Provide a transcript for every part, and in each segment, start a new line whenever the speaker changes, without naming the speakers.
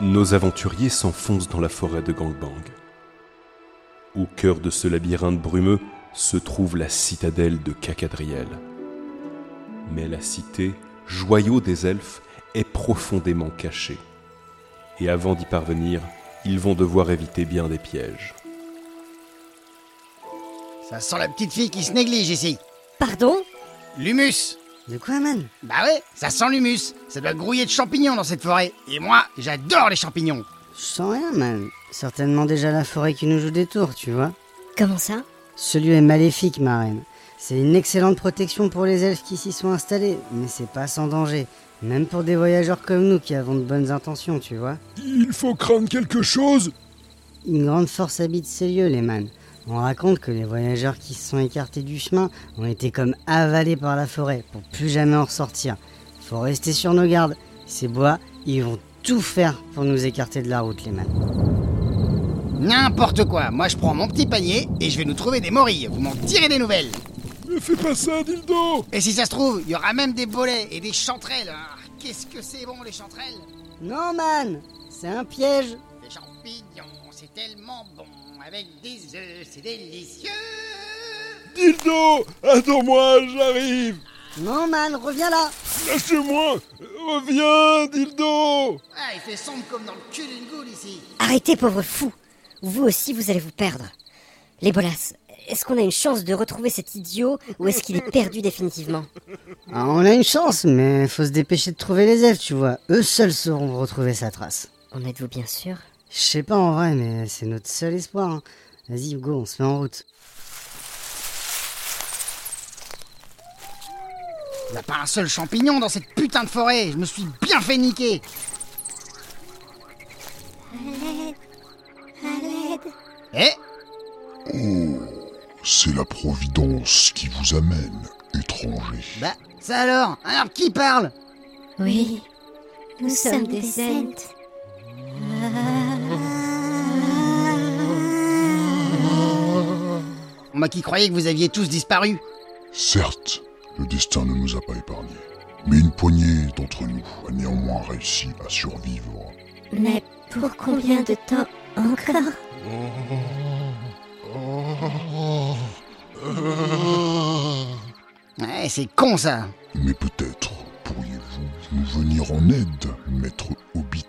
nos aventuriers s'enfoncent dans la forêt de Gangbang. Au cœur de ce labyrinthe brumeux se trouve la citadelle de Cacadriel. Mais la cité, joyau des elfes, est profondément cachée. Et avant d'y parvenir, ils vont devoir éviter bien des pièges.
Ça sent la petite fille qui se néglige ici.
Pardon
L'humus
De quoi, man
Bah ouais, ça sent l'humus. Ça doit grouiller de champignons dans cette forêt. Et moi, j'adore les champignons.
Je sens rien, man. Certainement déjà la forêt qui nous joue des tours, tu vois.
Comment ça
Ce lieu est maléfique, ma reine. C'est une excellente protection pour les elfes qui s'y sont installés, mais c'est pas sans danger. Même pour des voyageurs comme nous qui avons de bonnes intentions, tu vois.
Il faut craindre quelque chose
Une grande force habite ces lieux, les man. On raconte que les voyageurs qui se sont écartés du chemin ont été comme avalés par la forêt pour plus jamais en ressortir. Faut rester sur nos gardes. Ces bois, ils vont tout faire pour nous écarter de la route, les man.
N'importe quoi. Moi, je prends mon petit panier et je vais nous trouver des morilles. Vous m'en tirez des nouvelles.
Ne fais pas ça, Dildo
Et si ça se trouve, il y aura même des bolets et des chanterelles. Ah, Qu'est-ce que c'est bon, les chanterelles
Non, man C'est un piège
Les champignons, c'est tellement bon. Avec des œufs, c'est délicieux.
Dildo Attends-moi, j'arrive
Non, man, reviens là
Lâche-moi Reviens, Dildo
Ah, il fait sombre comme dans le cul d'une goule ici.
Arrêtez, pauvre fou Vous aussi, vous allez vous perdre. Les bolas, est-ce qu'on a une chance de retrouver cet idiot ou est-ce qu'il est perdu définitivement
Ah, On a une chance, mais faut se dépêcher de trouver les elfes, tu vois. Eux seuls sauront retrouver sa trace.
En êtes-vous bien sûr
Je sais pas en vrai, mais c'est notre seul espoir. hein. Vas-y, Hugo, on se met en route.
Il n'y a pas un seul champignon dans cette putain de forêt. Je me suis bien fait niquer. Eh
C'est la Providence qui vous amène, étrangers.
Bah, ça alors Un arbre qui parle
Oui, nous, sommes des entes.
On m'a qui croyait que vous aviez tous disparu.
Certes, le destin ne nous a pas épargnés, mais une poignée d'entre nous a néanmoins réussi à survivre.
Mais pour combien de temps encore
Ouais, Eh, c'est con ça.
Mais peut-être pourriez-vous nous venir en aide, maître Hobbit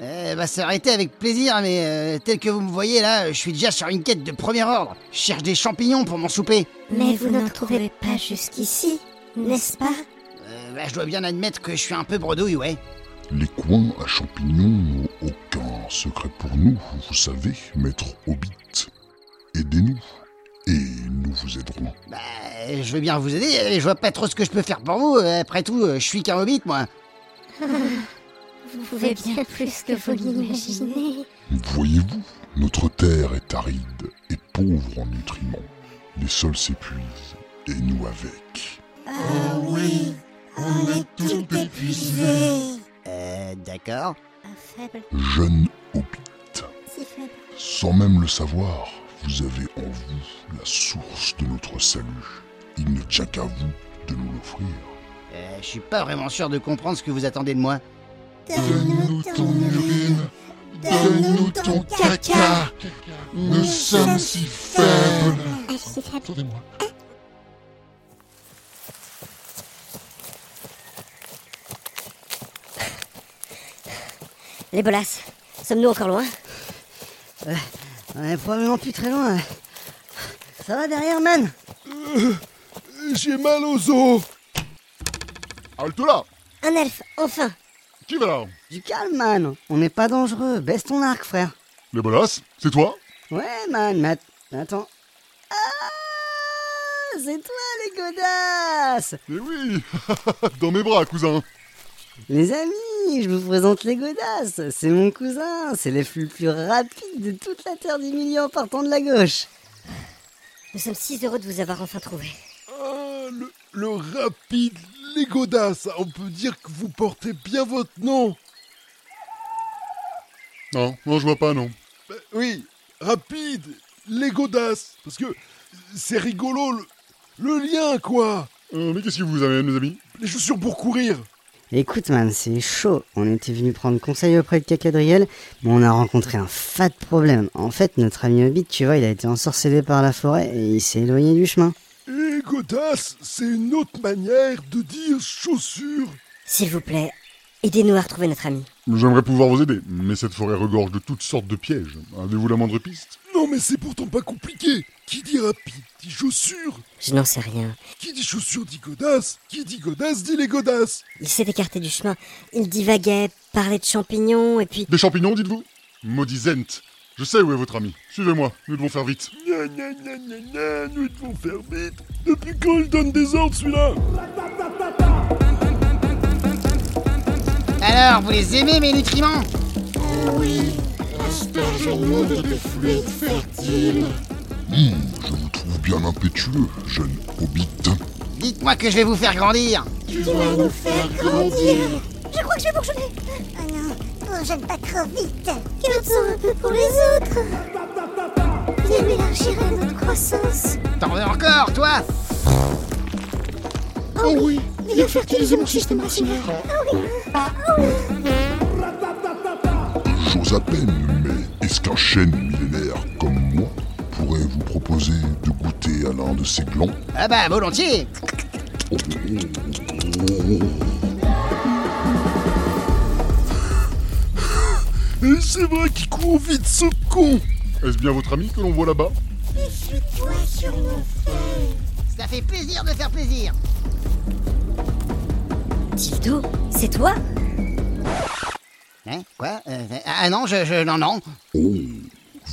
Eh bah, ça aurait été avec plaisir, mais euh, tel que vous me voyez là, je suis déjà sur une quête de premier ordre. Je cherche des champignons pour mon souper.
Mais vous n'en trouvez pas jusqu'ici, n'est-ce pas
Euh, bah, je dois bien admettre que je suis un peu bredouille, ouais.
Les coins à champignons n'ont aucun secret pour nous, vous savez, maître Hobbit. Aidez-nous, et nous vous aiderons.
Bah, je veux bien vous aider, euh, je vois pas trop ce que je peux faire pour vous. Euh, Après tout, euh, je suis qu'un hobbit, moi.
Vous pouvez bien plus que vous l'imaginez.
Voyez-vous, notre terre est aride et pauvre en nutriments. Les sols s'épuisent, et nous avec.
Euh, d'accord.
Faible,
Jeune Hobbit,
si faible.
sans même le savoir, vous avez en vous la source de notre salut. Il ne tient qu'à vous de nous l'offrir.
Euh, je suis pas vraiment sûr de comprendre ce que vous attendez de moi.
Donne-nous ton urine, donne-nous ton caca. Nous sommes si faibles.
Attendez-moi.
Les bolas, sommes-nous encore loin
On est probablement plus très loin. Ça va derrière, man
J'ai mal aux os
Halte là
Un elfe, enfin
Qui va là
Du calme, man On n'est pas dangereux. Baisse ton arc, frère.
Les bolasses C'est toi
Ouais, man, mais att- attends. Ah C'est toi, les godasses
Eh oui Dans mes bras, cousin
Les amis, je vous présente les godasses. C'est mon cousin. C'est l'elfe le plus rapide de toute la terre du milieu en partant de la gauche.
Nous sommes si heureux de vous avoir enfin trouvé.
Ah, le, le rapide Legodas On peut dire que vous portez bien votre nom
Non, non, je vois pas, non.
Bah oui, rapide Legodas Parce que c'est rigolo, le, le lien, quoi
Euh, mais qu'est-ce qui vous amène, les amis
Les chaussures pour courir
Écoute, man, c'est chaud. On était venu prendre conseil auprès de Cacadriel, mais on a rencontré un fat problème. En fait, notre ami Hobbit, tu vois, il a été ensorcelé par la forêt et il s'est éloigné du chemin.
Et godasse, c'est une autre manière de dire chaussure.
S'il vous plaît, aidez-nous à retrouver notre ami.
J'aimerais pouvoir vous aider, mais cette forêt regorge de toutes sortes de pièges. Avez-vous la moindre piste
Non, mais c'est pourtant pas compliqué. Qui dit rapide dit chaussure.
Je n'en sais rien.
Qui dit chaussure dit godasse. Qui dit godasse dit les godasses.
Il s'est écarté du chemin. Il divaguait, parlait de champignons, et puis...
Des champignons, dites-vous Maudit Zent. Je sais où est votre ami. Suivez-moi, nous devons faire vite.
Gna gna gna gna gna, nous devons faire vite. Depuis quand il donne des ordres celui-là
Alors, vous les aimez mes nutriments
Ah oui, aspergeons-nous de tes fluides fertiles.
Hum, je vous trouve bien impétueux, jeune hobbit.
Dites-moi que je vais vous faire grandir
Tu dois nous faire grandir.
Je crois que je vais bourgeonner.
Ah non, bourgeonne pas trop vite.
Gardons un peu pour les autres.
Viens m'élargir à notre croissance.
T'en veux encore, toi
Oh oui, viens fertiliser mon système racinaire.
J'ose à peine, mais est-ce qu'un chêne millénaire comme moi pourrait vous proposer de goûter à l'un de ses glands
Ah bah, volontiers
Et c'est vrai qu'il court vite ce con
Est-ce bien votre ami que l'on voit là-bas
Essuie-toi sur nos feuilles.
Ça fait plaisir de faire plaisir
Tildo, c'est toi
Hein Quoi Euh, Ah non, je, je... Non, non
Oh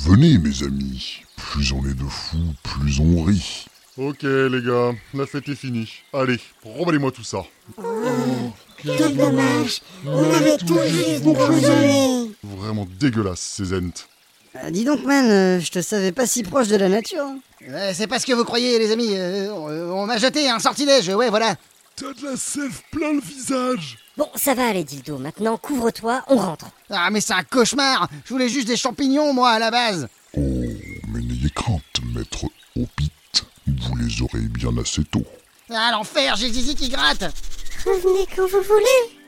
Venez, mes amis, plus on est de fous, plus on rit.
Ok, les gars, la fête est finie. Allez, remballez-moi tout ça.
Quel dommage, on avait tout juste bourgeonné.
Vraiment dégueulasse, ces Zent.
Euh, dis donc, man, euh, je te savais pas si proche de la nature. hein.
Euh, C'est pas ce que vous croyez, les amis. Euh, on on m'a jeté un sortilège, ouais, voilà
T'as de la sève plein le visage.
Bon, ça va aller, Dildo. Maintenant, couvre-toi, on rentre.
Ah, mais c'est un cauchemar Je voulais juste des champignons, moi, à la base
Oh, mais n'ayez crainte, maître Hobbit, vous les aurez bien assez tôt.
Ah, l'enfer, j'ai le zizi qui gratte
Revenez quand vous voulez.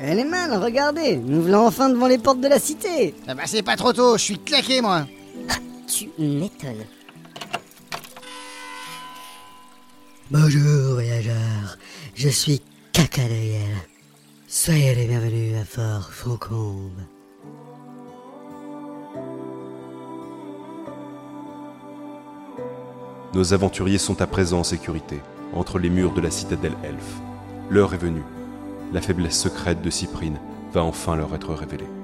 Eh les man, regardez, nous voilà enfin devant les portes de la cité.
Ah bah, c'est pas trop tôt, je suis claqué, moi
Tu m'étonnes.
Bonjour voyageurs, je suis Cacadriel. Soyez les bienvenus à Fort Faucombe.
Nos aventuriers sont à présent en sécurité, entre les murs de la citadelle elfe. L'heure est venue. La faiblesse secrète de Cyprine va enfin leur être révélée.